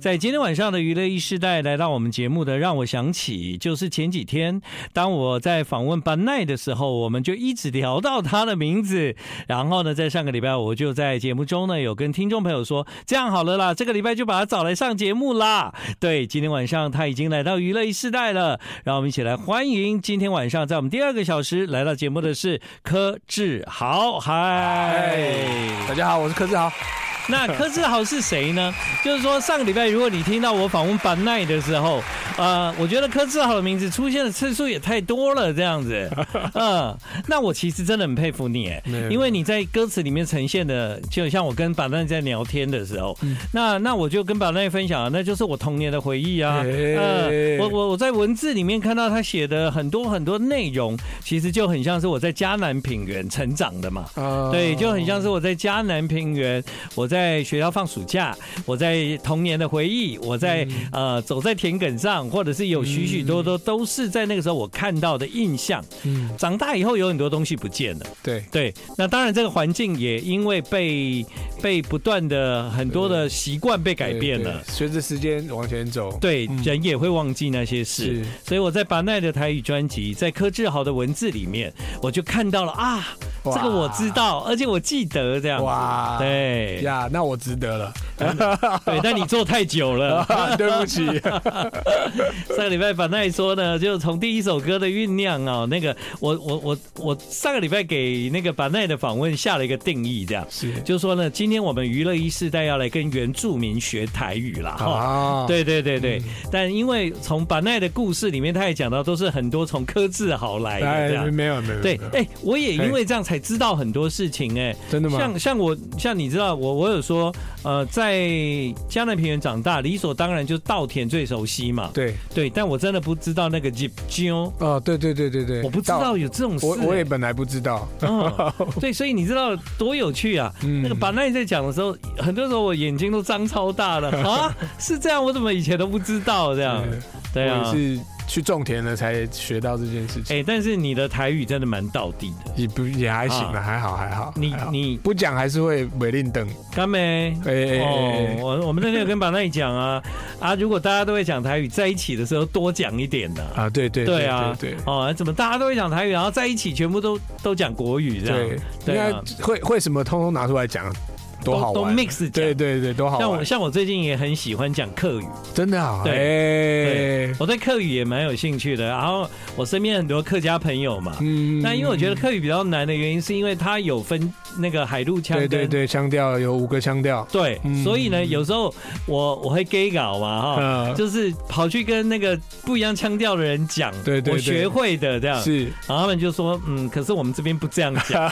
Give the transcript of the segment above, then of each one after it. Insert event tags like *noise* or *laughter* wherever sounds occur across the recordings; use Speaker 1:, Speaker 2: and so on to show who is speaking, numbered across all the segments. Speaker 1: 在今天晚上的娱乐一世代来到我们节目的，让我想起就是前几天，当我在访问班奈的时候，我们就一直聊到他的名字。然后呢，在上个礼拜，我就在节目中呢有跟听众朋友说，这样好了啦，这个礼拜就把他找来上节目啦。对，今天晚上他已经来到娱乐一世代了，让我们一起来欢迎今天晚上在我们第二个小时来到节目的是柯志豪，嗨。
Speaker 2: 大家好，我是柯志豪。
Speaker 1: 那柯志豪是谁呢？ *laughs* 就是说，上个礼拜如果你听到我访问班奈的时候，呃，我觉得柯志豪的名字出现的次数也太多了，这样子。 *laughs* 嗯、那我其实真的很佩服你，哎
Speaker 2: 没有，
Speaker 1: 因为你在歌词里面呈现的，就像我跟板奈在聊天的时候，那那我就跟板奈分享，那就是我童年的回忆啊。
Speaker 2: 哎
Speaker 1: 嗯，我我我在文字里面看到他写的很多很多内容，其实就很像是我在迦南平原成长的嘛。
Speaker 2: 啊
Speaker 1: 对，就很像是我在迦南平原，我在学校放暑假，我在童年的回忆，我在、
Speaker 2: 嗯
Speaker 1: 呃走在田埂上，或者是有许许多多都是在那个时候我看到的印象。
Speaker 2: 嗯，
Speaker 1: 长大以后有很多东西不见了，
Speaker 2: 对，
Speaker 1: 对，那当然这个环境也因为被被不断的很多的习惯被改变了
Speaker 2: 对。对随着时间往前走，
Speaker 1: 对，
Speaker 2: 嗯
Speaker 1: 人也会忘记那些事
Speaker 2: 是，
Speaker 1: 所以我在巴奈的台语专辑，在柯志豪的文字里面，我就看到了啊，这
Speaker 2: 哇
Speaker 1: 个我知道，而且我记得这样子。
Speaker 2: 哇
Speaker 1: 对
Speaker 2: 啊呀，那我值得了， *laughs*
Speaker 1: 对，但你做太久
Speaker 2: 啊
Speaker 1: 了。
Speaker 2: 对
Speaker 1: *laughs*
Speaker 2: 不起，
Speaker 1: 上个礼拜板奈说呢，就从第一首歌的酝酿哦，那个我我我我上个礼拜给那个板奈的访问下了一个定义，这样
Speaker 2: 是 *laughs*
Speaker 1: 就说呢，今天我们娱乐一世代要来跟原住民学台语啦。哈、
Speaker 2: 啊，
Speaker 1: 对对对对，但因为从板奈的故事里面，他也讲到都是很多从柯志豪来的这
Speaker 2: 哎，
Speaker 1: 样。
Speaker 2: 没有没有，
Speaker 1: 对
Speaker 2: 没，有
Speaker 1: 哎、我也因为这样才知道很多事情、哎，
Speaker 2: 真的吗？
Speaker 1: 像像我像你知道我我有说呃，在江南平原长大，理所当然就是稻田最熟悉嘛。
Speaker 2: 对，
Speaker 1: 对，但我真的不知道那个 Jeep Jion，
Speaker 2: 哦，对对对对对，
Speaker 1: 我不知道
Speaker 2: 到，
Speaker 1: 有这种事、欸
Speaker 2: 我我也本来不知道，
Speaker 1: 嗯， *laughs* 对，所以你知道多有趣啊！
Speaker 2: 嗯
Speaker 1: 那个板奈在讲的时候，很多时候我眼睛都张超大了
Speaker 2: *laughs*
Speaker 1: 啊，是这样，我怎么以前都不知道这样？
Speaker 2: 嗯我
Speaker 1: 对
Speaker 2: 也
Speaker 1: 啊，
Speaker 2: 是去种田了才学到这件事
Speaker 1: 哎、
Speaker 2: 情，
Speaker 1: 但是你的台语真的蛮道地的，
Speaker 2: 也不也还行
Speaker 1: 啊
Speaker 2: 啊，还好还好，
Speaker 1: 你
Speaker 2: 还好
Speaker 1: 你
Speaker 2: 不讲还是会违令灯，
Speaker 1: 干没？
Speaker 2: 哎哎
Speaker 1: 哦
Speaker 2: 哎，哎，
Speaker 1: 我我们那天有跟板奈讲啊啊，如果大家都会讲台语，在一起的时候多讲一点的、
Speaker 2: 啊，对对
Speaker 1: 对啊，
Speaker 2: 对对
Speaker 1: 哦，怎么大家都会讲台语，然后在一起全部都都讲国语这
Speaker 2: 对
Speaker 1: 样，，
Speaker 2: 应
Speaker 1: 对
Speaker 2: 该
Speaker 1: 啊
Speaker 2: 会会什么通通拿出来讲，多好
Speaker 1: 都都
Speaker 2: 玩。
Speaker 1: mix 讲。
Speaker 2: 对对对，多好
Speaker 1: 像
Speaker 2: 玩
Speaker 1: 我！像我最近也很喜欢讲客语，
Speaker 2: 真的啊，
Speaker 1: 对
Speaker 2: 哎，
Speaker 1: 我对客语也蛮有兴趣的。然后我身边很多客家朋友嘛，
Speaker 2: 嗯
Speaker 1: 那因为我觉
Speaker 2: 得
Speaker 1: 得客语比较难的原因，是因为它有分那个海陆腔
Speaker 2: 对
Speaker 1: 跟
Speaker 2: 对对，腔调有五个腔调，
Speaker 1: 对
Speaker 2: 嗯
Speaker 1: 所以呢，有时候我我会 gay 搞嘛哈。
Speaker 2: 嗯，
Speaker 1: 就是跑去跟那个不一样腔调的人讲，
Speaker 2: 对对
Speaker 1: 我
Speaker 2: 对
Speaker 1: 学会的这样，
Speaker 2: 是，
Speaker 1: 然后他们就说，嗯，可是我们这边不这样
Speaker 2: *laughs*
Speaker 1: 讲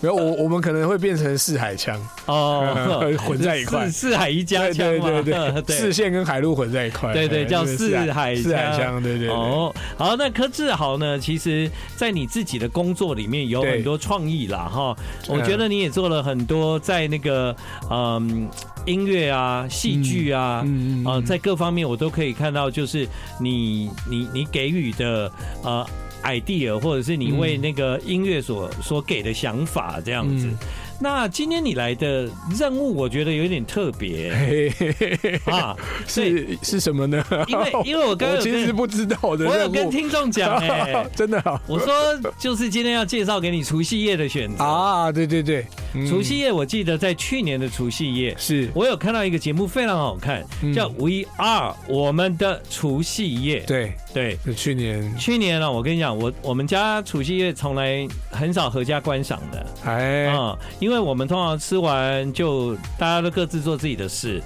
Speaker 2: 没有我我们可能会变成四海腔，
Speaker 1: 哦，
Speaker 2: *laughs* 混在一块
Speaker 1: 四四海一家
Speaker 2: 对
Speaker 1: 腔
Speaker 2: 对
Speaker 1: 嘛，
Speaker 2: 对
Speaker 1: *laughs*
Speaker 2: 对，
Speaker 1: 对
Speaker 2: 四线跟海陆混在一块，
Speaker 1: 对对
Speaker 2: 哎
Speaker 1: 叫
Speaker 2: 就是
Speaker 1: 四海
Speaker 2: 四海
Speaker 1: 腔
Speaker 2: 腔，对对对，
Speaker 1: 哦，好，那柯志豪呢？其实，在你自己的工作里面有
Speaker 2: 对
Speaker 1: 很多创意啦，哈。
Speaker 2: 嗯
Speaker 1: 我觉得你也做了很多在那个嗯音乐啊、戏剧啊。
Speaker 2: 嗯
Speaker 1: 啊、在各方面我都可以看到，就是你你你给予的呃 idea，或者是你为
Speaker 2: 嗯
Speaker 1: 那个音乐所、所给的想法这样子。
Speaker 2: 嗯
Speaker 1: 那今天你来的任务，我觉得有点特别
Speaker 2: 嘿嘿嘿嘿
Speaker 1: 啊， *laughs* 所以
Speaker 2: 是是什么呢？
Speaker 1: 因为因为我刚刚
Speaker 2: 我
Speaker 1: 有
Speaker 2: 其实
Speaker 1: 跟
Speaker 2: 不知道我的
Speaker 1: 我有
Speaker 2: 任
Speaker 1: 跟
Speaker 2: 务，
Speaker 1: 听众
Speaker 2: *laughs*
Speaker 1: 讲哎、
Speaker 2: 真的啊
Speaker 1: 我说，就是今天要介绍给你除夕夜的选择。
Speaker 2: 啊，对对对，嗯
Speaker 1: 除夕夜，我记得在去年的除夕夜，
Speaker 2: 是，
Speaker 1: 我有看到一个节目非常好看，
Speaker 2: 嗯
Speaker 1: 叫《We Are 我们的除夕夜》。
Speaker 2: 对，
Speaker 1: 对，
Speaker 2: 就去年
Speaker 1: 去年啊，我跟你讲，我我们家除夕夜从来很少合家观赏的
Speaker 2: 哎
Speaker 1: 啊、因为我们通常吃完就大家都各自做自己的事。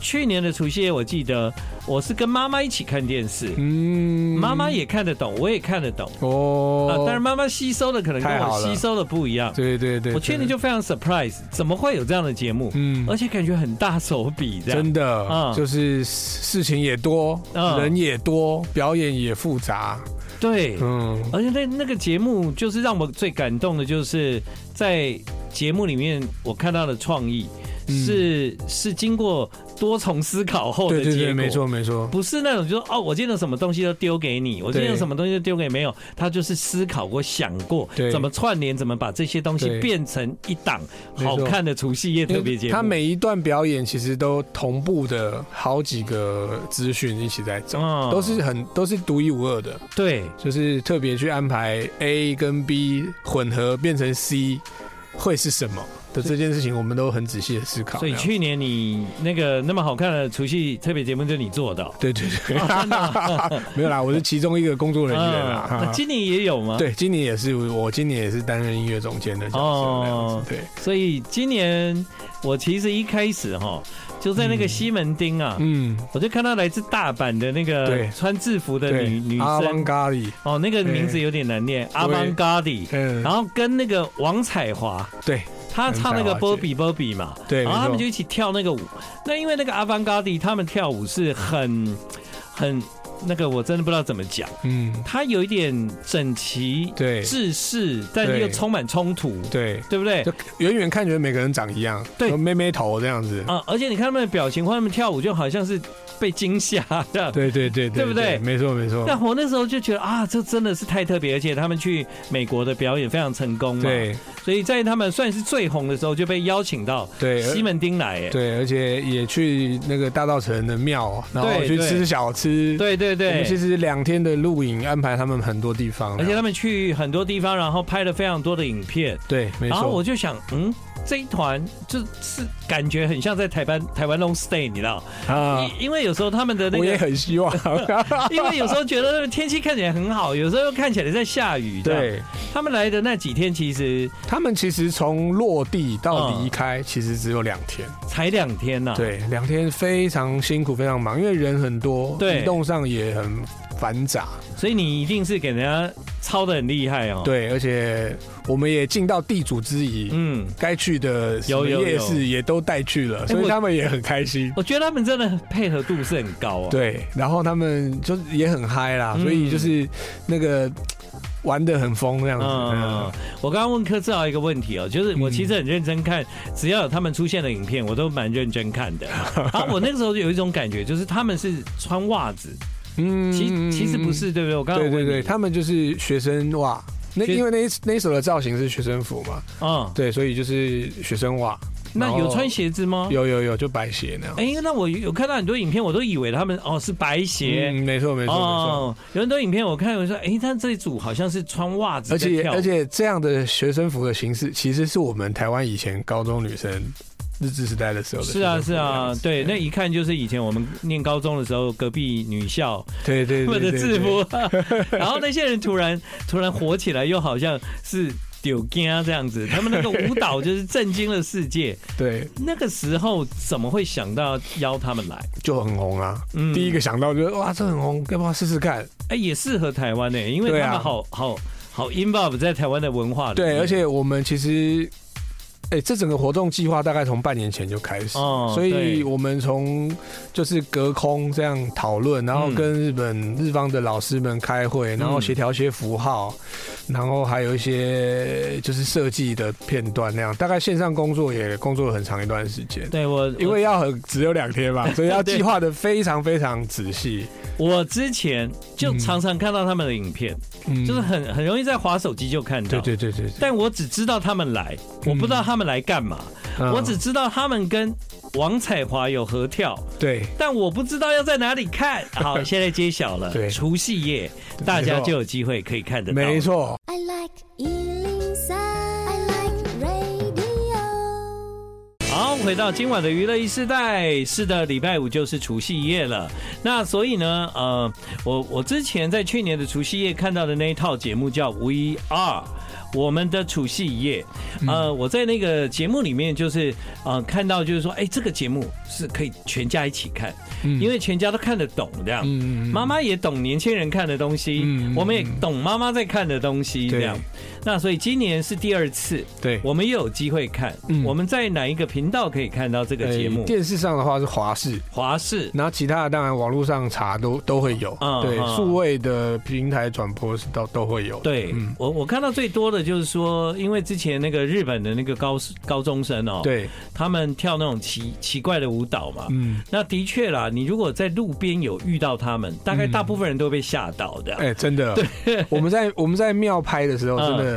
Speaker 1: 去年的除夕夜，我记得我是跟妈妈一起看电视，
Speaker 2: 嗯
Speaker 1: 妈妈也看得懂，我也看得懂。
Speaker 2: 哦，
Speaker 1: 啊，当然妈妈吸收的可能跟
Speaker 2: 太
Speaker 1: 我
Speaker 2: 好了
Speaker 1: 吸收的不一样。
Speaker 2: 对对对，
Speaker 1: 我去年
Speaker 2: 对
Speaker 1: 就非常 surprise，怎么会有这样的节目？
Speaker 2: 嗯
Speaker 1: 而且感觉很大手笔这样。
Speaker 2: 真的，
Speaker 1: 嗯
Speaker 2: 就是事情也多，
Speaker 1: 嗯
Speaker 2: 人也多，表演也复杂，
Speaker 1: 对，
Speaker 2: 嗯，
Speaker 1: 而且那那个节目就是让我最感动的，就是在节目里面我看到的创意。
Speaker 2: 嗯
Speaker 1: 是是经过多重思考后的
Speaker 2: 对
Speaker 1: 结
Speaker 2: 对
Speaker 1: 果，
Speaker 2: 对，没错没错，
Speaker 1: 不是那种就是哦，我今天有什么东西都丢给你，我今天有什么东西都丢给没有，他就是思考过、想过
Speaker 2: 对
Speaker 1: 怎么串联，怎么把这些东西
Speaker 2: 对
Speaker 1: 变成一档
Speaker 2: 没
Speaker 1: 好
Speaker 2: 错
Speaker 1: 看的除夕夜特别节目。
Speaker 2: 他每一段表演其实都同步的好几个资讯一起在走，
Speaker 1: 嗯
Speaker 2: 都是很都是独一无二的，
Speaker 1: 对
Speaker 2: 就是特别去安排 A 跟 B 混合变成 C 会是什么的这件事情，我们都很仔细的思考。
Speaker 1: 所以
Speaker 2: 这样
Speaker 1: 去年你那个那么好看的除夕特别节目，就你做的哦、
Speaker 2: 对对对， *laughs* 没有啦，我是其中一个工作人员
Speaker 1: *laughs*
Speaker 2: 啦。
Speaker 1: 嗯
Speaker 2: 哈
Speaker 1: 那今年也有吗？，
Speaker 2: 对，今年也是我，今年也是担任音乐总监的角色这样
Speaker 1: 哦
Speaker 2: 子。对，
Speaker 1: 所以今年我其实一开始哈，就在那个西门町啊，
Speaker 2: 嗯，
Speaker 1: 我就看到来自大阪的那个
Speaker 2: 对
Speaker 1: 穿制服的
Speaker 2: 对
Speaker 1: 女，女
Speaker 2: 阿
Speaker 1: 生
Speaker 2: 邦咖喱，
Speaker 1: 哦，那个名字有点难念，阿邦嘎迪，
Speaker 2: 嗯
Speaker 1: 然，后跟那个王彩华，
Speaker 2: 对
Speaker 1: 他唱那个
Speaker 2: 王彩华姐
Speaker 1: Bobby Bobby 嘛，
Speaker 2: 对，
Speaker 1: 然后他们
Speaker 2: 没
Speaker 1: 就
Speaker 2: 错，
Speaker 1: 一起跳那个舞。那因为那个阿邦嘎迪他们跳舞是很很那个，我真的不知道怎么讲，
Speaker 2: 嗯，
Speaker 1: 他有一点整齐、
Speaker 2: 对
Speaker 1: 制式，但
Speaker 2: 对
Speaker 1: 又充满冲突，
Speaker 2: 对，
Speaker 1: 对不对？
Speaker 2: 就远远看觉得每个人长一样，
Speaker 1: 对
Speaker 2: 都妹妹头这样子。
Speaker 1: 啊，而且你看他们的表情或他们跳舞，就好像是被惊吓这样。
Speaker 2: 对对对
Speaker 1: 对不对
Speaker 2: 没错没错。
Speaker 1: 那我那时候就觉得啊，这真的是太特别，而且他们去美国的表演非常成功嘛。
Speaker 2: 对
Speaker 1: 所以在他们算是最红的时候就被邀请到 *laughs*
Speaker 2: 对
Speaker 1: 西
Speaker 2: 而
Speaker 1: 门町来，哎，
Speaker 2: 对，而且也去那个大道城的庙，然后
Speaker 1: 对
Speaker 2: 去
Speaker 1: 对
Speaker 2: 吃小吃。，
Speaker 1: 对对
Speaker 2: 我们其
Speaker 1: 对，
Speaker 2: 实两天的露营安排他们很多地方，
Speaker 1: 而且他们去很多地方，然后拍了非常多的影片，
Speaker 2: 对，没
Speaker 1: 然后我
Speaker 2: 错，
Speaker 1: 就想，嗯，这一团就是感觉很像在台湾台湾 long stay，你知道，
Speaker 2: 啊，
Speaker 1: 因因为有时候他们的那
Speaker 2: 我也
Speaker 1: 个。
Speaker 2: 很希望。
Speaker 1: 因为有时候觉得天气看起来很好，有时候又看起来在下雨。这样， *laughs*
Speaker 2: 对
Speaker 1: 他们来的那几天其实
Speaker 2: 他们其实从落地到
Speaker 1: 嗯啊
Speaker 2: 离开，其实只有两天。
Speaker 1: 才两天呐、，
Speaker 2: 对，两天非常辛苦，非常忙，因为人很多，
Speaker 1: 对
Speaker 2: 移动上也很繁杂。
Speaker 1: 所以你一定是给人家抄的很厉害哦。，
Speaker 2: 对，而且我们也尽到地主之谊，
Speaker 1: 嗯，
Speaker 2: 该去的什
Speaker 1: 有
Speaker 2: 么
Speaker 1: 有有哎
Speaker 2: 夜市也都带去了，所
Speaker 1: 我
Speaker 2: 以他们也很开心。
Speaker 1: 我觉得他们真的配合度是很高啊。
Speaker 2: 对，然后他们就是也很嗨啦，
Speaker 1: 嗯
Speaker 2: 所以就是那个玩的很疯这样子。
Speaker 1: 嗯
Speaker 2: 嗯，
Speaker 1: 我刚刚问柯志豪一个问题哦，就是我
Speaker 2: 嗯
Speaker 1: 其实很认真看，只要有他们出现的影片，我都蛮认真看
Speaker 2: *laughs*
Speaker 1: 的。啊，我那个时候有一种感觉，就是他们是穿袜子，
Speaker 2: 嗯
Speaker 1: 其其实不。是，对不对？我刚刚
Speaker 2: 对
Speaker 1: 有
Speaker 2: 对
Speaker 1: 问
Speaker 2: 对，
Speaker 1: 你，
Speaker 2: 他们就是学生袜，那
Speaker 1: 学
Speaker 2: 因为那一那一首的造型是学生服嘛，
Speaker 1: 嗯，
Speaker 2: 对，所以就是学生袜。
Speaker 1: 那
Speaker 2: 然后
Speaker 1: 有穿鞋子吗？。
Speaker 2: 有有有，就白鞋那样。
Speaker 1: 哎，那我有看到很多影片，我都以为他们哦是白鞋。
Speaker 2: 嗯，没错没错没错。
Speaker 1: 哦，有很多影片我看，我说，哎，他这一组好像是穿袜子
Speaker 2: 而
Speaker 1: 在
Speaker 2: 且
Speaker 1: 跳舞，
Speaker 2: 而且这样的学生服的形式，其实是我们台湾以前高中女生日治时代的时候的
Speaker 1: 是啊
Speaker 2: 学生服
Speaker 1: 是
Speaker 2: 的样
Speaker 1: 啊
Speaker 2: 子，
Speaker 1: 对，那一看就是以前我们念高中的时候，隔壁女校
Speaker 2: 对对对
Speaker 1: 他们 *laughs*
Speaker 2: 对
Speaker 1: 的
Speaker 2: 对
Speaker 1: 制服， *laughs* 然后那些人突然突然火起来，又好像是丢家这样子，他们那个舞蹈就是震惊了世界。 *laughs*
Speaker 2: 对
Speaker 1: 那个时候怎么会想到邀他们来？
Speaker 2: 就很红啊。
Speaker 1: 嗯
Speaker 2: 第一个想到就是哇，这很红，要不要试试看？
Speaker 1: 哎、也适合台湾呢、欸因为
Speaker 2: 对
Speaker 1: 他
Speaker 2: 啊
Speaker 1: 们好、好好 involve 在台湾的文化里面。
Speaker 2: 对，而且我们其实，哎、这整个活动计划大概从半年前就开始，
Speaker 1: 哦
Speaker 2: 所以
Speaker 1: 对
Speaker 2: 我们从就是隔空这样讨论，然后
Speaker 1: 嗯
Speaker 2: 跟日本、日方的老师们开会，然后
Speaker 1: 嗯
Speaker 2: 协调一些符号，然后还有一些就是设计的片段那样，大概线上工作也工作了很长一段时间。
Speaker 1: 对我
Speaker 2: 因为要很只有两
Speaker 1: *laughs*
Speaker 2: 天嘛，所以要
Speaker 1: 对
Speaker 2: 计划的非常非常仔细。
Speaker 1: 我我之前就
Speaker 2: 嗯
Speaker 1: 常常看到他们的影片，
Speaker 2: 嗯
Speaker 1: 就是很很容易在滑手机就看到。
Speaker 2: 对对对对，
Speaker 1: 但我只知道他们来，
Speaker 2: 嗯
Speaker 1: 我不知道他们来干嘛。
Speaker 2: 嗯
Speaker 1: 我只知道他们跟王彩华有合跳，
Speaker 2: 对
Speaker 1: 但我不知道要在哪里看。
Speaker 2: *laughs*
Speaker 1: 好，现在揭晓了，
Speaker 2: 对
Speaker 1: 除夕夜大家就有机会可以看得到。
Speaker 2: 没，错，
Speaker 3: I like Ealing Sound. I like radio.
Speaker 1: 好，回到今晚的娱乐一世代，是的，礼拜五就是除夕夜了。那所以呢，呃，我我之前在去年的除夕夜看到的那一套节目叫《We Are》。我们的除夕夜，
Speaker 2: 嗯
Speaker 1: 呃，我在那个节目里面就是，呃，看到就是说，哎、这个节目是可以全家一起看，因为全家都看得懂这样。
Speaker 2: 嗯
Speaker 1: 妈妈也懂年轻人看的东西，
Speaker 2: 嗯
Speaker 1: 我们也懂妈妈在看的东西，这样
Speaker 2: 对。
Speaker 1: 那所以今年是第二次，
Speaker 2: 对
Speaker 1: 我们又有机会看。
Speaker 2: 嗯
Speaker 1: 我们在哪一个频道可以看到这个节目
Speaker 2: 呃？电嗯视上的话是华视，
Speaker 1: 华视。
Speaker 2: 然后其他的当然网络上查都都会有，
Speaker 1: 嗯
Speaker 2: 对
Speaker 1: 嗯，
Speaker 2: 数位的平台转播是都都会有。
Speaker 1: 对、
Speaker 2: 嗯
Speaker 1: 我，我看到最多的就是说，因为之前那个日本的那个高高中生哦，，
Speaker 2: 对，
Speaker 1: 他们跳那种奇奇怪的舞蹈嘛。
Speaker 2: 嗯，
Speaker 1: 那的确啦，你如果在路边有遇到他们，大概大部分人都会被吓到的。
Speaker 2: 嗯哎、真的， *laughs* 我们在我们在庙拍的时候，真的。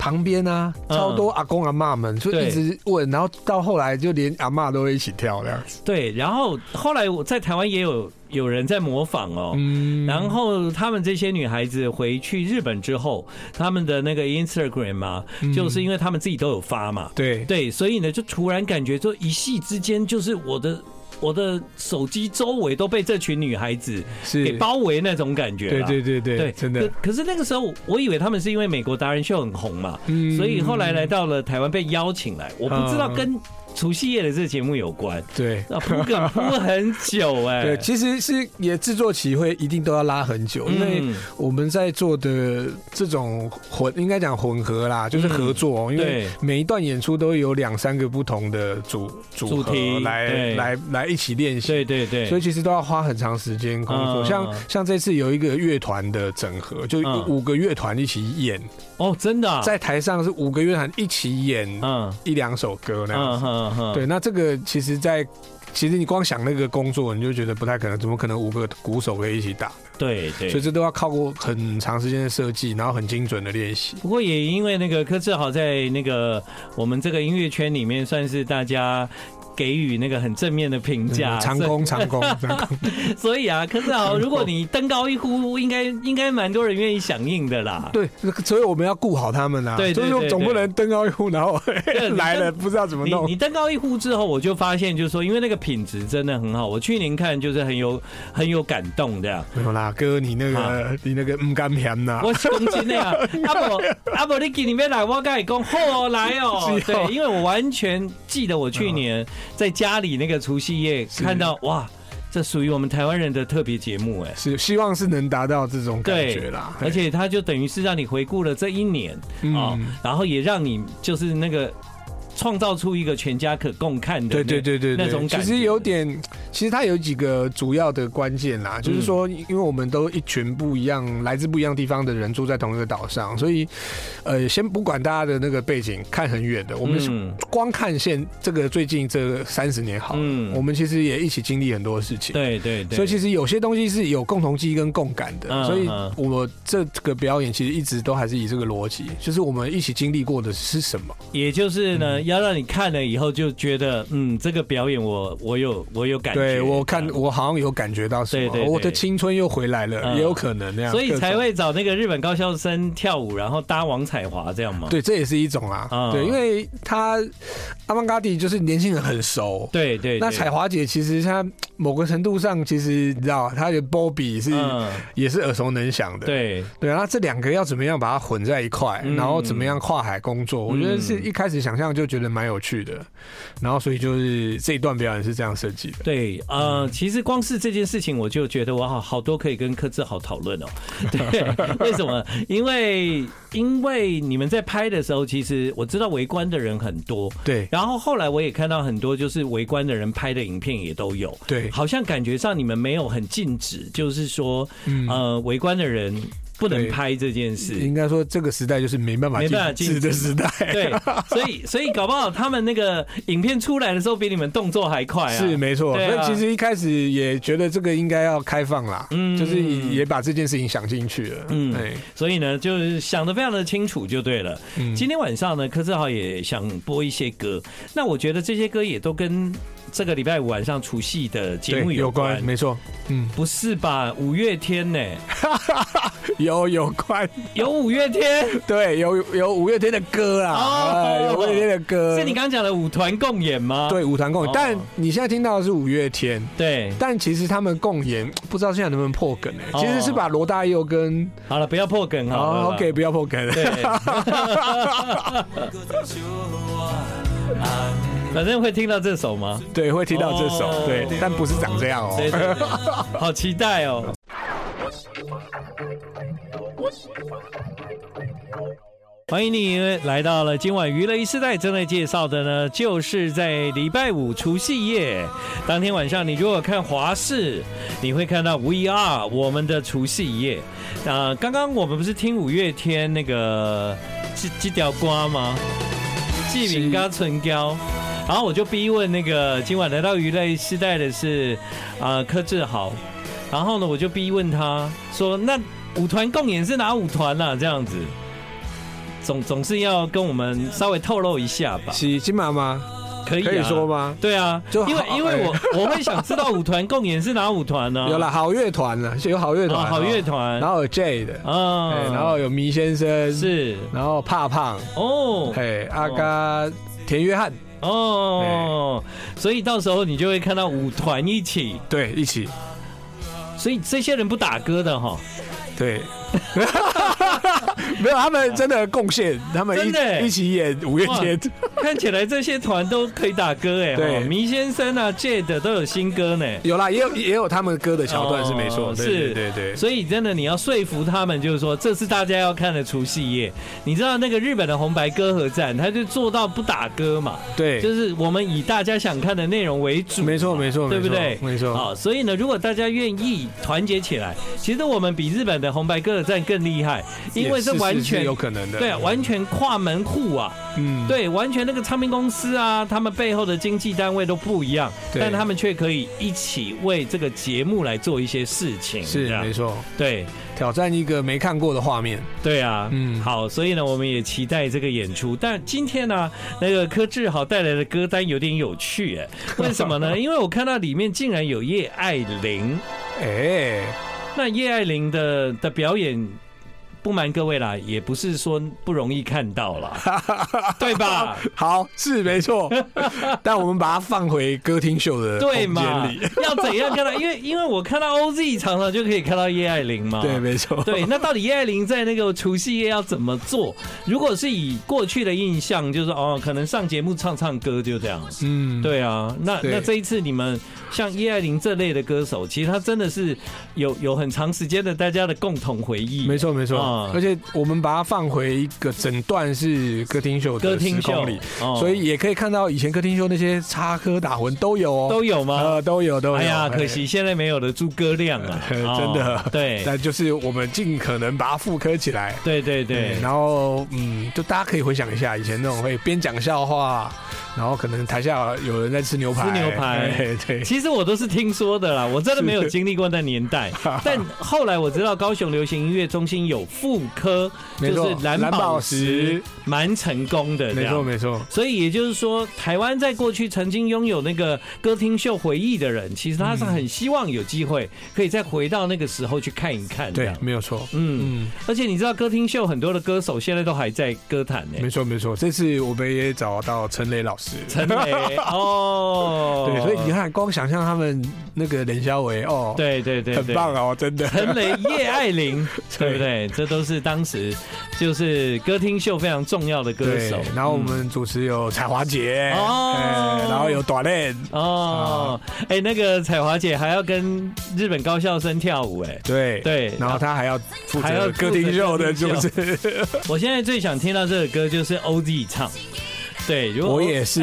Speaker 2: 旁边啊，
Speaker 1: 嗯
Speaker 2: 超多阿公阿妈们就
Speaker 1: 对
Speaker 2: 一直问，然后到后来就连阿妈都会一起跳这样子。
Speaker 1: 对，然后后来我在台湾也有有人在模仿哦。
Speaker 2: 嗯，
Speaker 1: 然后他们这些女孩子回去日本之后，他们的那个 Instagram 啊，
Speaker 2: 嗯
Speaker 1: 就是因为他们自己都有发嘛，
Speaker 2: 对，
Speaker 1: 对，所以呢，就突然感觉说一夕之间，就是我的我的手机周围都被这群女孩子
Speaker 2: 是
Speaker 1: 给，包围那种感觉
Speaker 2: 对
Speaker 1: 啦。
Speaker 2: 对对对，真的，
Speaker 1: 可可是那个时候，我以为他们是因为美国达人秀很红嘛，
Speaker 2: 嗯
Speaker 1: 所以后来来到了台湾被邀请来，我不知道跟除夕夜的这个节目有关。
Speaker 2: 对
Speaker 1: 啊，铺梗
Speaker 2: *laughs*
Speaker 1: 铺很久哎、
Speaker 2: 嗯对，其实是也制作期会一定都要拉很久，因为
Speaker 1: 嗯
Speaker 2: 我们在做的这种混，应该讲混合啦，就是合作哦，因为
Speaker 1: 嗯对
Speaker 2: 每一段演出都有两三个不同的组组
Speaker 1: 主题
Speaker 2: 合来
Speaker 1: 对
Speaker 2: 来来一起练习。
Speaker 1: 对对对，
Speaker 2: 所以其实都要花很长时间工
Speaker 1: 嗯
Speaker 2: 作，像像这次有一个乐团的整合，就
Speaker 1: 嗯
Speaker 2: 五个乐团一起演，
Speaker 1: 哦，真的、啊，
Speaker 2: 在台上是五个乐团一起演
Speaker 1: 嗯
Speaker 2: 一两首歌那样
Speaker 1: 嗯
Speaker 2: 子。
Speaker 1: 嗯嗯，
Speaker 2: 对，那这个其实在，其实你光想那个工作，你就觉得不太可能，怎么可能五个鼓手可以一起打？
Speaker 1: 对对，
Speaker 2: 所以这都要靠过很长时间的设计，然后很精准的练习。
Speaker 1: 不过也因为那个柯志豪在那个我们这个音乐圈里面算是大家给予那个很正面的评价，
Speaker 2: 嗯长工，
Speaker 1: *laughs*
Speaker 2: 长工，长工。
Speaker 1: 所以所以啊，柯志豪，如果你登高一呼，应该应该蛮多人愿意响应的啦。
Speaker 2: 对，所以我们要顾好他们啊。
Speaker 1: 对对
Speaker 2: 就是
Speaker 1: 对
Speaker 2: 说总不
Speaker 1: 对
Speaker 2: 能登高一呼，然后
Speaker 1: 对
Speaker 2: *laughs* 来了
Speaker 1: 你
Speaker 2: 不知道怎么
Speaker 1: 你
Speaker 2: 弄
Speaker 1: 你。登高一呼之后，我就发现，就是说，因为那个品质真的很好。我去年看就是很有很有感动的、
Speaker 2: 没有啦，哥，你那
Speaker 1: 啊
Speaker 2: 个你那个唔甘甜呐。
Speaker 1: *laughs* 我是公斤的
Speaker 2: *laughs*
Speaker 1: 啊，阿伯阿伯，你给你们来，我跟你讲，后来哦，
Speaker 2: *laughs* 是哦嗯
Speaker 1: 对，因为我完全记得我去年在家里那个除夕夜
Speaker 2: 是
Speaker 1: 看到，哇，这属于我们台湾人的特别节目哎。
Speaker 2: 是希望是能达到这种感觉
Speaker 1: 对
Speaker 2: 啦，，
Speaker 1: 而且它就等于是让你回顾了这一年
Speaker 2: 嗯
Speaker 1: 啊、然后也让你就是那个创造出一个全家可共看的
Speaker 2: 对对对对对，
Speaker 1: 那种感觉
Speaker 2: 其实有点，其实它有几个主要的关键啦，就是说，
Speaker 1: 嗯
Speaker 2: 因为我们都一群不一样、来自不一样地方的人住在同一个岛上，所以，呃，先不管大家的那个背景，看很远的，我们
Speaker 1: 嗯
Speaker 2: 光看现这个最近这三十年好了，
Speaker 1: 嗯
Speaker 2: 我们其实也一起经历很多事情。
Speaker 1: 对对对，
Speaker 2: 所以其实有些东西是有共同记忆跟共感的，
Speaker 1: 嗯
Speaker 2: 所以
Speaker 1: 嗯
Speaker 2: 我这个表演其实一直都还是以这个逻辑，就是我们一起经历过的是什么。
Speaker 1: 也就是
Speaker 2: 嗯
Speaker 1: 呢，要让你看了以后就觉得，嗯，这个表演我我有我有感觉，
Speaker 2: 对我看
Speaker 1: 这样
Speaker 2: 我好像有感觉到什么，哦
Speaker 1: 对对对
Speaker 2: 我的青春又回来了，
Speaker 1: 嗯
Speaker 2: 也有可能那样，
Speaker 1: 所以才
Speaker 2: 各种。
Speaker 1: 会找那个日本高校生跳舞，然后搭王彩华这样吗？
Speaker 2: 对，这也是一种啊，
Speaker 1: 嗯
Speaker 2: 对，因为他阿曼嘎蒂就是年轻人很熟，
Speaker 1: 对对，
Speaker 2: 那
Speaker 1: 对
Speaker 2: 彩华姐其实她某个程度上，其实你知道她的波比是、
Speaker 1: 嗯，
Speaker 2: 也是耳熟能详的，
Speaker 1: 对
Speaker 2: 对啊，那这两个要怎么样把它混在一块，
Speaker 1: 嗯
Speaker 2: 然后怎么样跨海工作，我觉得是一开始想象就觉得蛮有趣的，然后所以就是这一段表演是这样设计的。
Speaker 1: 对，
Speaker 2: 嗯
Speaker 1: 呃，其实光是这件事情，我就觉得我好好多可以跟柯志豪讨论哦。 *laughs* 对，为什么？因为因为你们在拍的时候，其实我知道围观的人很多，
Speaker 2: 对
Speaker 1: 然后后来我也看到很多就是围观的人拍的影片也都有，
Speaker 2: 对
Speaker 1: 好像感觉上你们没有很禁止，就是说，
Speaker 2: 嗯
Speaker 1: 呃，围观的人不能
Speaker 2: 对
Speaker 1: 拍这件事。
Speaker 2: 应该说这个时代就是没办法
Speaker 1: 没办法
Speaker 2: 禁止
Speaker 1: 禁止
Speaker 2: 的时代。
Speaker 1: 对，所以所以搞不好他们那个影片出来的时候比你们动作还快啊！
Speaker 2: *laughs* 是没错，所
Speaker 1: 对
Speaker 2: 以
Speaker 1: 啊
Speaker 2: 其实一开始也觉得这个应该要开放啦，
Speaker 1: 嗯
Speaker 2: 就是也把这件事情想进去了，
Speaker 1: 嗯
Speaker 2: 嗯，哎，
Speaker 1: 所以呢，就是想的非常的清楚就对了。
Speaker 2: 嗯
Speaker 1: 今天晚上呢，柯志豪也想播一些歌，那我觉得这些歌也都跟这个礼拜五晚上除夕的节目
Speaker 2: 对有
Speaker 1: 有关
Speaker 2: 关，。没错，嗯， *laughs*
Speaker 1: 不是吧？五月天呢、
Speaker 2: 有有关， *laughs*
Speaker 1: 有五月天，
Speaker 2: 对，有有五月天的歌啦，
Speaker 1: 哦
Speaker 2: 哎有五月天的歌，
Speaker 1: 是你刚刚讲的舞团共演吗？
Speaker 2: 对舞团共
Speaker 1: 哦
Speaker 2: 演，但你现在听到的是五月天，
Speaker 1: 对，
Speaker 2: 但其实他们共演，不知道现在能不能破梗哎，
Speaker 1: 哦
Speaker 2: 其实是把罗大佑跟
Speaker 1: 好了，不要破梗好了啦。
Speaker 2: 哦，OK，不要破梗， *laughs*
Speaker 1: 对， *laughs* 反正会听到这首吗？
Speaker 2: 对，会听到这首
Speaker 1: 哦，
Speaker 2: 对，但不是长这样哦， *laughs*
Speaker 1: 对对对好期待哦！欢迎你来到了今晚娱乐一时代，正在介绍的呢，就是在礼拜五除夕夜当天晚上，你如果看华视，你会看到 We Are 呃我们的除夕夜。啊、刚刚我们不是听五月天那个这这条瓜吗？纪敏跟唇膏。然后我就逼问那个今晚来到娱乐时代的是啊、呃柯志豪，然后呢我就逼问他说，那舞团共演是哪舞团呐、啊？这样子，总总是要跟我们稍微透露一下吧？
Speaker 2: 是金妈妈
Speaker 1: 可以、啊、
Speaker 2: 可以说？吗？
Speaker 1: 对啊，
Speaker 2: 就
Speaker 1: 因为
Speaker 2: 好哎
Speaker 1: 因为
Speaker 2: *laughs*
Speaker 1: 我我会想知道舞团共演是哪舞团呢、
Speaker 2: 有了好乐团了，有好乐团
Speaker 1: 啊，
Speaker 2: 哦，
Speaker 1: 嗯好乐团
Speaker 2: 然后有 J 的，
Speaker 1: 啊
Speaker 2: 哎然后有迷先生，
Speaker 1: 是
Speaker 2: 然后怕胖，
Speaker 1: 哦
Speaker 2: 嘿，阿嘎田约翰，
Speaker 1: 哦，所以到时候你就会看到舞团一起，
Speaker 2: 对，一起，
Speaker 1: 所以这些人不打歌的哈， *laughs*
Speaker 2: 对。没有，他们真的贡献，他们
Speaker 1: 真的欸
Speaker 2: 一一起演五月天，
Speaker 1: 看起来这些团都可以打歌哎，
Speaker 2: 对
Speaker 1: 哈迷先生啊、Jade 都有新歌呢。
Speaker 2: *laughs* 有啦，也有也有他们歌的桥段是没错，
Speaker 1: 哦
Speaker 2: 对
Speaker 1: 是
Speaker 2: 对对对，
Speaker 1: 所以真的你要说服他们，就是说这是大家要看的除夕夜。你知道那个日本的红白歌合战，他就做到不打歌嘛，
Speaker 2: 对，
Speaker 1: 就是我们以大家想看的内容为主嘛。
Speaker 2: 没错没错，
Speaker 1: 对不
Speaker 2: 没错
Speaker 1: 对？
Speaker 2: 没错，
Speaker 1: 好，所以呢，如果大家愿意团结起来，其实我们比日本的红白歌的战更厉害，因为
Speaker 2: 也是
Speaker 1: 这完
Speaker 2: 是是
Speaker 1: 全
Speaker 2: 有可能的，
Speaker 1: 对，完全跨门户啊，
Speaker 2: 嗯，
Speaker 1: 对，完全那个唱片公司啊，他们背后的经纪单位都不一样，
Speaker 2: 对
Speaker 1: 但他们却可以一起为这个节目来做一些事情，
Speaker 2: 是
Speaker 1: 这样
Speaker 2: 没错，
Speaker 1: 对
Speaker 2: 挑战一个没看过的画面，
Speaker 1: 对啊，嗯，
Speaker 2: 嗯
Speaker 1: 好，所以呢，我们也期待这个演出。但今天呢、那个柯志豪带来的歌单有点有趣，
Speaker 2: *laughs*
Speaker 1: 哎，为什么呢？因为我看到里面竟然有叶爱玲。
Speaker 2: 哎，
Speaker 1: 那叶爱玲的的表演，不瞒各位啦，也不是说不容易看到
Speaker 2: *laughs*
Speaker 1: 啦，对吧？
Speaker 2: 好是没
Speaker 1: *laughs*
Speaker 2: 错，但我们把它放回歌厅秀的空
Speaker 1: 对嘛
Speaker 2: 间里，？
Speaker 1: 要怎样看到？因为因为我看到 OZ 常常就可以看到叶爱玲嘛。
Speaker 2: 对，没错，
Speaker 1: 啊 *laughs* 对，那到底叶爱玲在那个除夕夜要怎么做？如果是以过去的印象，就是哦，可能上节目唱唱歌就这样。
Speaker 2: 嗯，
Speaker 1: 对啊，那
Speaker 2: 对
Speaker 1: 那这一次你们像叶爱玲这类的歌手，其实她真的是有有很长时间的大家的共同回忆。
Speaker 2: 没错没错
Speaker 1: 啊，
Speaker 2: 而且我们把它放回一个整段是歌厅秀
Speaker 1: 歌
Speaker 2: 的
Speaker 1: 厅
Speaker 2: 时
Speaker 1: 秀
Speaker 2: 空里，，
Speaker 1: 哦
Speaker 2: 所以也可以看到以前歌厅秀那些插科打诨都有哦，
Speaker 1: 都有吗？
Speaker 2: 呃 *laughs* 都有都有，
Speaker 1: 哎呀，可惜现在没有了诸葛亮啊，
Speaker 2: 哎，
Speaker 1: 哦
Speaker 2: *laughs* 真的，
Speaker 1: 对
Speaker 2: 但就是我们尽可能把它复刻起来。
Speaker 1: 对对对
Speaker 2: 嗯，然后嗯，就大家可以回想一下以前那种会哎边讲笑话，然后可能台下有人在吃牛排，
Speaker 1: 吃牛排
Speaker 2: 哎对，
Speaker 1: *laughs* 其实我都是听说的啦，我真的没有经历过那年
Speaker 2: *laughs*
Speaker 1: 代。但后来我知道高雄流行音乐中心有副科，
Speaker 2: 没
Speaker 1: 就
Speaker 2: 错
Speaker 1: 是蓝
Speaker 2: 蓝
Speaker 1: 宝
Speaker 2: 宝
Speaker 1: 石
Speaker 2: 石，
Speaker 1: 蛮成功的这
Speaker 2: 没错
Speaker 1: 样。
Speaker 2: 没错，
Speaker 1: 所以也就是说，台湾在过去曾经拥有那个歌厅秀回忆的人，其实他是很希望有机会可以再回到那个时候去看一看。这
Speaker 2: 嗯对
Speaker 1: 样，，
Speaker 2: 没有错，
Speaker 1: 嗯，
Speaker 2: 嗯，
Speaker 1: 而且你知道歌厅秀很多的歌手现在都还在歌坛呢、
Speaker 2: 没错没错，这次我们也找到陈磊老师。
Speaker 1: 陈雷哦，
Speaker 2: *laughs* 对，所以你看，光想象他们那个冷肖维哦，，
Speaker 1: 对对对，
Speaker 2: 很棒
Speaker 1: 啊。
Speaker 2: 哦，真的，
Speaker 1: 陈雷、叶爱玲，对不
Speaker 2: *laughs* 对
Speaker 1: 对？这都是当时就是歌厅秀非常重要的歌
Speaker 2: 对
Speaker 1: 手。
Speaker 2: 然后我们主持有彩华姐，
Speaker 1: 哦
Speaker 2: 哎然后有短链，
Speaker 1: 嗯哦，
Speaker 2: 啊
Speaker 1: 哎，那个彩华姐还要跟日本高校生跳舞，
Speaker 2: *laughs*
Speaker 1: 哎，
Speaker 2: 对
Speaker 1: 对
Speaker 2: 然后他还要负
Speaker 1: 还要
Speaker 2: 责歌厅秀的主持，
Speaker 1: 我现在最想听到这个歌就是 OZ 唱。对，如果
Speaker 2: *laughs* 我
Speaker 1: *laughs*
Speaker 2: 也是，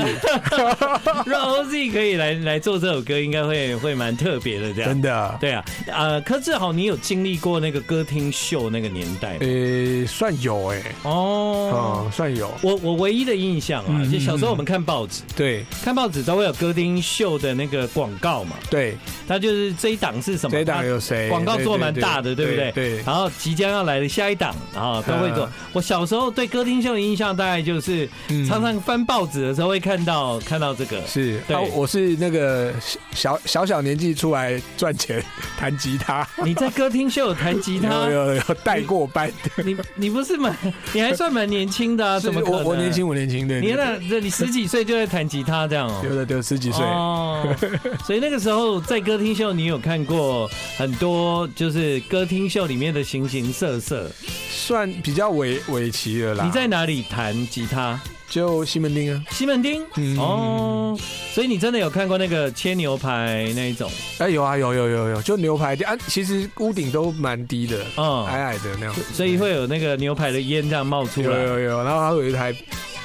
Speaker 1: 让 OZ 可以来来做这首歌，应该会会蛮特别的这样
Speaker 2: 真。的，
Speaker 1: 对啊，呃，柯志豪，你有经历过那个歌厅秀那个年代吗？
Speaker 2: 呃，算有哎，
Speaker 1: 哦，
Speaker 2: 嗯，算有，
Speaker 1: 我我唯一的印象啊，
Speaker 2: 嗯
Speaker 1: 就小时候我们看报纸，
Speaker 2: 对
Speaker 1: 看报纸都会有歌厅秀的那个广告嘛，
Speaker 2: 对，
Speaker 1: 它就是这一档是什么？
Speaker 2: 这一档
Speaker 1: 它
Speaker 2: 有谁？
Speaker 1: 广告做蛮大的，对不对？
Speaker 2: 对，
Speaker 1: 然后即将要来的下一档啊，都会做
Speaker 2: 嗯。
Speaker 1: 我小时候对歌厅秀的印象大概就是，
Speaker 2: 嗯
Speaker 1: 常常翻报纸的时候会看到看到这个。
Speaker 2: 是，
Speaker 1: 对
Speaker 2: 啊我是那个小小小年纪出来赚钱弹吉他，
Speaker 1: 你在歌厅秀有弹吉他
Speaker 2: *laughs* 有，有有带过班，
Speaker 1: 你你不是蛮，你还算蛮年轻的啊？
Speaker 2: 是
Speaker 1: 怎么可
Speaker 2: 我
Speaker 1: 能？
Speaker 2: 我年，轻我年轻，对，
Speaker 1: 你
Speaker 2: 对
Speaker 1: 那这你十几岁就在弹吉他这样哦
Speaker 2: 对。对对，十几岁，
Speaker 1: 哦，所以那个时候在歌厅秀，你有看过很多就是歌厅秀里面的形形色色。
Speaker 2: 算比较尾尾期了啦。
Speaker 1: 你在哪里弹吉他？
Speaker 2: 就西门町啊？
Speaker 1: 西门町。
Speaker 2: 嗯
Speaker 1: 哦，所以你真的有看过那个切牛排那一种？
Speaker 2: 哎、有啊，有有有有，就牛排店啊，其实屋顶都蛮低的，
Speaker 1: 嗯，
Speaker 2: 矮矮的那样。
Speaker 1: 所以会有那个牛排的烟这样冒出
Speaker 2: 有
Speaker 1: 来。
Speaker 2: 有有，然后还有一台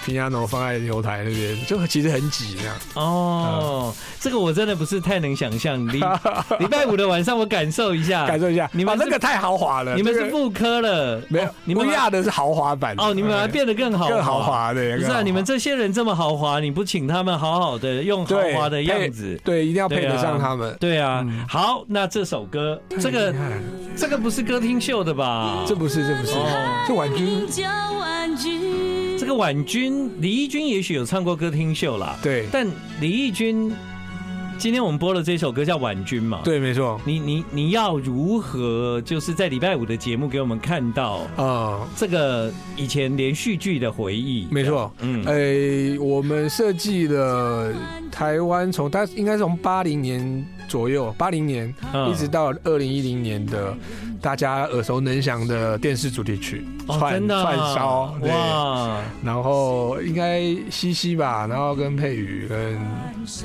Speaker 2: 皮亚诺放在油台那边，就其实很挤那样。
Speaker 1: 哦，这个我真的不是太能想象。
Speaker 2: *laughs*
Speaker 1: 礼礼拜五的晚上，我感受一下，
Speaker 2: 感受一下，
Speaker 1: 啊你们
Speaker 2: 哦
Speaker 1: 是
Speaker 2: 那个太豪华了，
Speaker 1: 你们
Speaker 2: 这
Speaker 1: 是
Speaker 2: 个
Speaker 1: 副科了，
Speaker 2: 没有
Speaker 1: 哦，你们
Speaker 2: 乌亚的是豪华版的
Speaker 1: 哦，你们把它变得更好，
Speaker 2: 哎更豪。华
Speaker 1: 不
Speaker 2: 的，更
Speaker 1: 是
Speaker 2: 豪
Speaker 1: 啊，
Speaker 2: 华
Speaker 1: 你们这些人这么豪华，你不请他们好好的用豪
Speaker 2: 对
Speaker 1: 华的
Speaker 2: 配
Speaker 1: 样子？
Speaker 2: 对，一定要配
Speaker 1: 对啊
Speaker 2: 得上他们。
Speaker 1: 对啊，好，那这首歌，这个
Speaker 2: 太厉害了
Speaker 1: 这个不是歌厅秀的吧？
Speaker 2: 这不是这不是
Speaker 1: 哦，
Speaker 2: 这婉君
Speaker 4: 叫婉君
Speaker 1: 这个婉君，李翊君也许有唱过歌厅秀啦，
Speaker 2: 对
Speaker 1: 但李翊君，今天我们播的这首歌叫《婉君》嘛，
Speaker 2: 对没错
Speaker 1: 你你你要如何就是在礼拜五的节目给我们看到
Speaker 2: 啊，
Speaker 1: 这个以前连续剧的回忆？
Speaker 2: 没错。
Speaker 1: 嗯，
Speaker 2: 诶，我们设计了台湾从它应该是从八零年左右，八零年
Speaker 1: 嗯
Speaker 2: 一直到二零一零年的大家耳熟能详的电视主题曲，
Speaker 1: 哦真
Speaker 2: 串
Speaker 1: 的啊
Speaker 2: 串烧对，
Speaker 1: 哇，
Speaker 2: 然后应该西西吧，然后跟佩瑜跟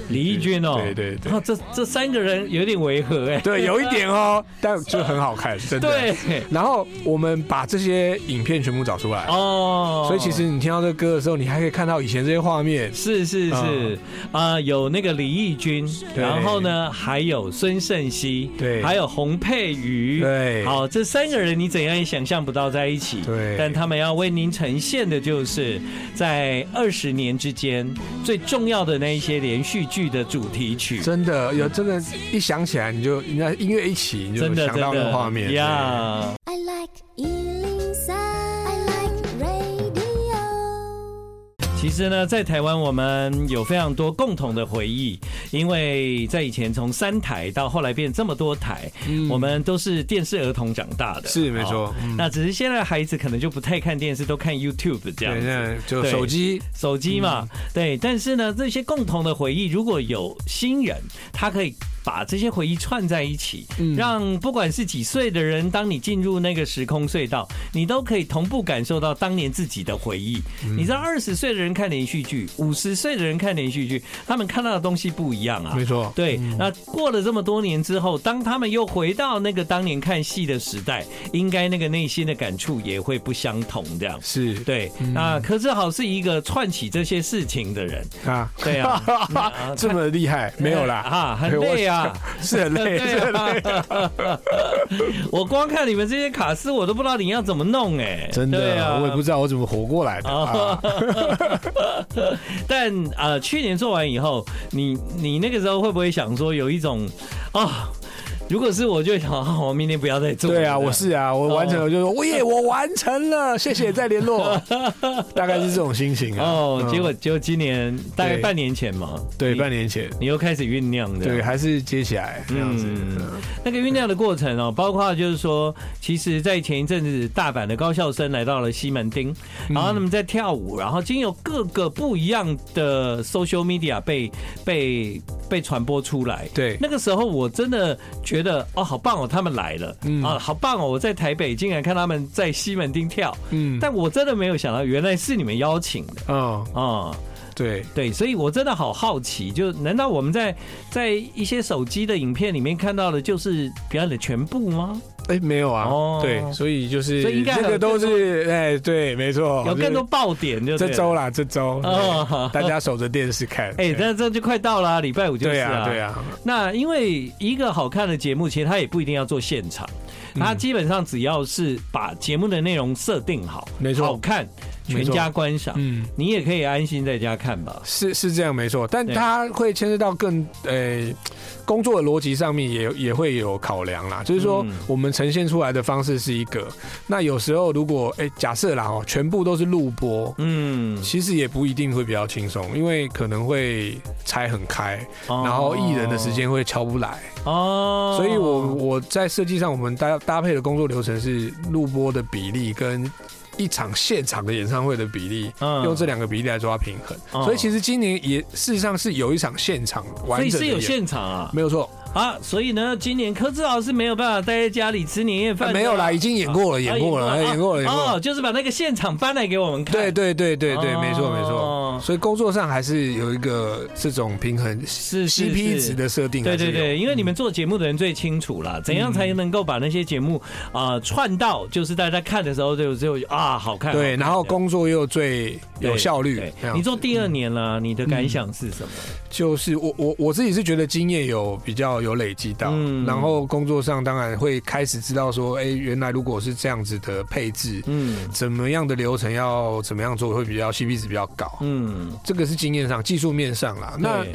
Speaker 1: 李翊君哦，
Speaker 2: 对对对
Speaker 1: 啊，这这三个人有点违和哎，
Speaker 2: 对，有一点哦，但就很好看，真的。
Speaker 1: 对
Speaker 2: 然后我们把这些影片全部找出来，
Speaker 1: 哦，
Speaker 2: 所以其实你听到这歌的时候，你还可以看到以前这些画面。
Speaker 1: 是是是，啊、有那个李翊君，
Speaker 2: 对
Speaker 1: 然后呢，还有孙盛熙，
Speaker 2: 对
Speaker 1: 还有洪佩瑜，
Speaker 2: 对
Speaker 1: 好，这三个人你怎样也想象不到在一起，
Speaker 2: 对
Speaker 1: 但他们要为您呈现的就是在二十年之间最重要的那一些连续剧的主题曲。
Speaker 2: 真的有真的，一想起来你就那音乐一起，你就
Speaker 1: 真的，
Speaker 2: 想
Speaker 1: 真
Speaker 2: 到那
Speaker 1: 的
Speaker 2: 个画面。
Speaker 1: 呀
Speaker 3: I like Ealing Sound. I like radio.
Speaker 1: 其实呢，在台湾我们有非常多共同的回忆，因为在以前从三台到后来变这么多台，我们都是电视儿童长大的，
Speaker 2: 嗯是没错
Speaker 1: 哦
Speaker 2: 嗯
Speaker 1: 那只是现在孩子可能就不太看电视，都看 YouTube 这样
Speaker 2: 对，
Speaker 1: 子。
Speaker 2: 那就
Speaker 1: 对
Speaker 2: 手机
Speaker 1: 手机嘛，
Speaker 2: 嗯
Speaker 1: 对，但是呢，这些共同的回忆，如果有新人，他可以把这些回忆串在一起，
Speaker 2: 嗯
Speaker 1: 让不管是几岁的人，当你进入那个时空隧道，你都可以同步感受到当年自己的回忆。
Speaker 2: 嗯
Speaker 1: 你知道，二十岁的人看连续剧，五十岁的人看连续剧，他们看到的东西不一样啊。
Speaker 2: 没错嗯
Speaker 1: 对，那过了这么多年之后，当他们又回到那个当年看戏的时代，应该那个内心的感触也会不相同，这样。
Speaker 2: 是
Speaker 1: 对，
Speaker 2: 嗯
Speaker 1: 那柯志豪是一个串起这些事情的人，
Speaker 2: 啊， *laughs*
Speaker 1: 对啊那啊
Speaker 2: 这么厉害没有啦
Speaker 1: *laughs* 啊很累啊，
Speaker 2: 我是
Speaker 1: *laughs*
Speaker 2: 很累，是很累，
Speaker 1: 啊， *laughs* 我光看你们这些卡司，我都不知道你要怎么弄哎、
Speaker 2: 真
Speaker 1: 对
Speaker 2: 的，
Speaker 1: 啊，
Speaker 2: 我也不知道我怎么活过来的啊
Speaker 1: 啊。但呃，去年做完以后，你你那个时候会不会想说有一种啊、如果是我就会想，啊我明天不要再做了。
Speaker 2: 对啊，我是啊，我完成
Speaker 1: 哦
Speaker 2: 了就说，我
Speaker 1: *laughs*
Speaker 2: 也我完成了，谢谢，再联络，大概是这种心情啊。
Speaker 1: 哦，
Speaker 2: 嗯
Speaker 1: 结果结果今年大概
Speaker 2: 对
Speaker 1: 半年前嘛，
Speaker 2: 对
Speaker 1: 你啊
Speaker 2: 半年前，
Speaker 1: 你又开始酝酿的。
Speaker 2: 对还是接起来这样子。嗯
Speaker 1: 那个酝酿的过程哦，包括就是说，其实，在前一阵子，大阪的高校生来到了西门町，
Speaker 2: 嗯
Speaker 1: 然后他们在跳舞，然后经由各个不一样的 social media 被被被传播出来。
Speaker 2: 对
Speaker 1: 那个时候我真的觉得哦，好棒哦，他们来了，
Speaker 2: 嗯
Speaker 1: 啊，好棒哦，我在台北竟然看他们在西门町跳，
Speaker 2: 嗯
Speaker 1: 但我真的没有想到，原来是你们邀请的
Speaker 2: 嗯，
Speaker 1: 啊。
Speaker 2: 对，
Speaker 1: 对，所以我真的好好奇，就难道我们在在一些手机的影片里面看到的就是表演的全部吗？
Speaker 2: 哎，没有啊
Speaker 1: 哦，
Speaker 2: 对，所以就是
Speaker 1: 所以应该还有
Speaker 2: 这个都是哎，对，没错，
Speaker 1: 有更多
Speaker 2: 就是
Speaker 1: 爆点就对
Speaker 2: 这
Speaker 1: 了
Speaker 2: 周啦，这周
Speaker 1: 哦
Speaker 2: 对大家守着电视看。
Speaker 1: *laughs* 哎，那这就快到了，礼拜五就是
Speaker 2: 对
Speaker 1: 啊。
Speaker 2: 啊，对。啊，
Speaker 1: 那因为一个好看的节目，其实它也不一定要做现场，
Speaker 2: 嗯
Speaker 1: 它基本上只要是把节目的内容设定好，
Speaker 2: 没错
Speaker 1: 好看，全
Speaker 2: 没错
Speaker 1: 家观赏，
Speaker 2: 嗯。
Speaker 1: 你也可以安心在家看吧。
Speaker 2: 是是这样没错，但
Speaker 1: 对
Speaker 2: 它会牵涉到更呃工作的逻辑上面也也会有考量啦，就是说
Speaker 1: 嗯
Speaker 2: 我们呈现出来的方式是一个，那有时候如果哎、假设啦哦，全部都是录播。
Speaker 1: 嗯，
Speaker 2: 其实也不一定会比较轻松，因为可能会拆很开，
Speaker 1: 哦
Speaker 2: 然后艺人的时间会敲不来，
Speaker 1: 哦，
Speaker 2: 所以我我在设计上我们搭搭配的工作流程是录播的比例跟一场现场的演唱会的比例，
Speaker 1: 嗯
Speaker 2: 用这两个比例来抓平衡。
Speaker 1: 嗯
Speaker 2: 所以其实今年也事实上是有一场现场
Speaker 1: 所
Speaker 2: 完
Speaker 1: 以
Speaker 2: 整的
Speaker 1: 是有
Speaker 2: 演，
Speaker 1: 现场啊，
Speaker 2: 没有错，
Speaker 1: 啊，所以呢，今年柯志豪是没有办法待在家里吃年夜饭、
Speaker 2: 呃没有啦，已。经演
Speaker 1: 啊
Speaker 2: 过了，演过了，哎演过了，演过
Speaker 1: 哦，
Speaker 2: 了。
Speaker 1: 就是把那个现场搬来给我们看。
Speaker 2: 对对对对对，没错没错。
Speaker 1: 哦哦，
Speaker 2: 所以工作上还是有一个这种平衡
Speaker 1: 是是
Speaker 2: CP
Speaker 1: 是
Speaker 2: 值的设定还
Speaker 1: 对
Speaker 2: 是
Speaker 1: 对
Speaker 2: 有，嗯
Speaker 1: 对，因为你们做节目的人最清楚啦，怎样才能够把那些节目啊、呃串到，就是大家看的时候就就啊好看。
Speaker 2: 对，
Speaker 1: 好看
Speaker 2: 然后
Speaker 1: 这样
Speaker 2: 工作又最有效率
Speaker 1: 对。
Speaker 2: 这样
Speaker 1: 你做第二年了，你的感想是什么？
Speaker 2: 就是我我我自己是觉得经验有比较有累积到，
Speaker 1: 嗯
Speaker 2: 然后工作上当然会开始知道说，哎、原来如果是这样子的配置，
Speaker 1: 嗯
Speaker 2: 怎么样的流程要怎么样做会比较 CP 值比较高。
Speaker 1: 嗯，
Speaker 2: 这个是经验上、技术面上啦，那
Speaker 1: 对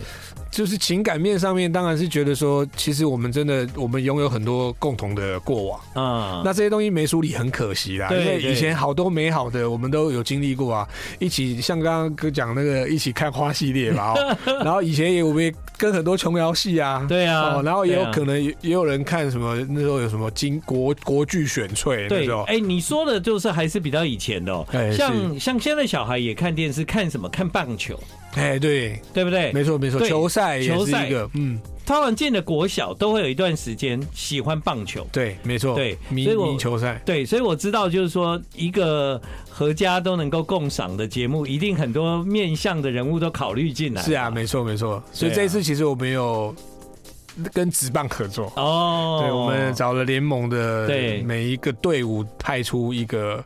Speaker 2: 就是情感面上面，当然是觉得说，其实我们真的我们拥有很多共同的过往，
Speaker 1: 啊，
Speaker 2: 那这些东西没梳理很可惜啦，
Speaker 1: 对
Speaker 2: 因为
Speaker 1: 对
Speaker 2: 以前好多美好的我们都有经历过啊，一起像刚刚哥讲那个一起看花系
Speaker 1: *laughs*
Speaker 2: 列嘛，哦然后以前也我们也跟很多琼瑶戏啊，
Speaker 1: 对啊
Speaker 2: 哦，然后也有
Speaker 1: 对啊
Speaker 2: 可能也也有人看什么那时候有什么金国国剧选粹那
Speaker 1: 对
Speaker 2: 时，候，
Speaker 1: 哎、你说的就是还是比较以前的哦，
Speaker 2: 哎是
Speaker 1: 像像现在小孩也看电视，看什么？看棒球，
Speaker 2: 哎对，
Speaker 1: 对不对？
Speaker 2: 没错没错，
Speaker 1: 对
Speaker 2: 球赛也
Speaker 1: 球
Speaker 2: 是
Speaker 1: 赛
Speaker 2: 一个，嗯，
Speaker 1: 他们进了国小，都会有一段时间喜欢棒球。
Speaker 2: 对，没错，
Speaker 1: 对
Speaker 2: 迷
Speaker 1: 所以我
Speaker 2: 迷球赛，
Speaker 1: 对，所以我知道，就是说一个合家都能够共赏的节目，一定很多面向的人物都考虑进来。
Speaker 2: 是啊，没错没错，所
Speaker 1: 对
Speaker 2: 以
Speaker 1: 啊
Speaker 2: 这一次其实我们有跟职棒合作，
Speaker 1: 哦，
Speaker 2: 对，我们找了联盟的
Speaker 1: 对
Speaker 2: 每一个队伍派出一个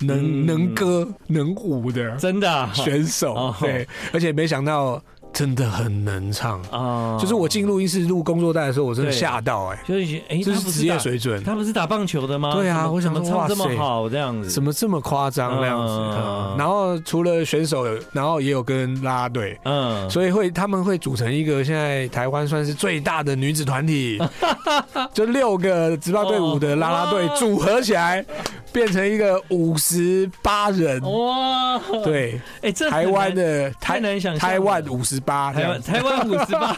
Speaker 2: 能、
Speaker 1: 嗯
Speaker 2: 能歌能舞的
Speaker 1: 真的啊
Speaker 2: 选手，
Speaker 1: 哦
Speaker 2: 对，而且没想到真的很能唱。
Speaker 1: 哦
Speaker 2: 就是我进录音室录工作带的时候，我真的
Speaker 1: 对
Speaker 2: 吓到哎、
Speaker 1: 就是哎，
Speaker 2: 这
Speaker 1: 他
Speaker 2: 是
Speaker 1: 不
Speaker 2: 职
Speaker 1: 打
Speaker 2: 业水准，
Speaker 1: 他不是打棒球的吗？
Speaker 2: 对啊
Speaker 1: 怎么
Speaker 2: 我想说
Speaker 1: 怎么唱这
Speaker 2: 哇
Speaker 1: 么
Speaker 2: 塞
Speaker 1: 好这样子
Speaker 2: 怎。么这么夸张那样子、
Speaker 1: 嗯
Speaker 2: 嗯然后除了选手，然后也有跟啦啦队，
Speaker 1: 嗯，
Speaker 2: 所以会他们会组成一个现在台湾算是最大的女子
Speaker 1: *laughs*
Speaker 2: 团体，就六个职棒队伍的啦啦队
Speaker 1: 哦
Speaker 2: 组合起来，变成一个五十八人，
Speaker 1: 哇，，
Speaker 2: 对，
Speaker 1: 哎，这很
Speaker 2: 台湾
Speaker 1: 难
Speaker 2: 的
Speaker 1: 哦 *laughs* 太
Speaker 2: 台
Speaker 1: 难想象了
Speaker 2: 台湾五十八，
Speaker 1: 台湾台湾五十八，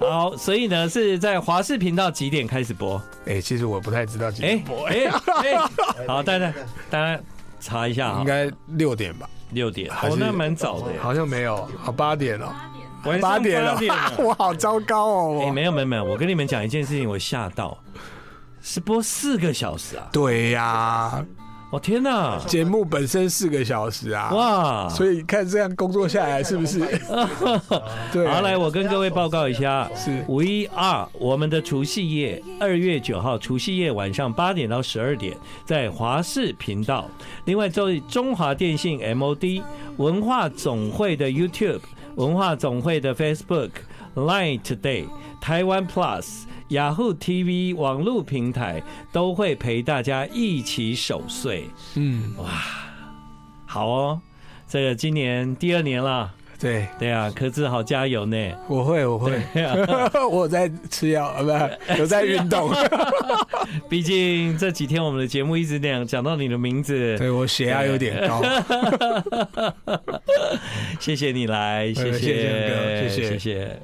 Speaker 1: *laughs* 好，所以呢是在华视频道几点开始播？
Speaker 2: 哎，其实我不太知道几
Speaker 1: 哎
Speaker 2: 点播，
Speaker 1: 哎 *laughs* 哎，好，大家大家查一下啊
Speaker 2: 应，该六点吧，
Speaker 1: 六点，
Speaker 2: 还
Speaker 1: 哦
Speaker 2: 是，
Speaker 1: 那蛮早的耶，
Speaker 2: 好像没有，好八点了，
Speaker 1: 晚上
Speaker 2: 八点啊了
Speaker 1: 八点
Speaker 2: *laughs*
Speaker 1: 了，
Speaker 2: 我好糟糕
Speaker 1: 哎，
Speaker 2: 哦，
Speaker 1: 没有没有没有，我跟你们讲一件事情，我吓到，是播四个小时啊！
Speaker 2: 对呀，
Speaker 1: 我天哪，
Speaker 2: 节目本身四个小时啊，
Speaker 1: 哇！
Speaker 2: 所以看这样工作下来是
Speaker 1: *laughs*
Speaker 2: 不是？对，
Speaker 1: 好，来，我跟各位报告一下，
Speaker 2: 是
Speaker 1: We are 我们的除夕夜，二月九号除夕夜晚上八点到十二点，在华视频道。另外，在中华电信 MOD 文化总会的 YouTube、文化总会的 Facebook、Line Today、台湾 Plus、雅虎 TV 网络平台都会陪大家一起守岁。
Speaker 2: 嗯，
Speaker 1: 好哦，这个今年第二年了，
Speaker 2: 对，
Speaker 1: 对啊，柯志豪加油呢！
Speaker 2: 我会，我会， *laughs* 我有在吃药啊，不，有在运动。
Speaker 1: 毕竟这几天我们的节目一直讲讲到你的名字，
Speaker 2: 对我血压有点高，
Speaker 1: 谢谢你来，谢
Speaker 2: 谢谢
Speaker 1: 谢
Speaker 2: 呃哥谢谢
Speaker 1: 谢谢。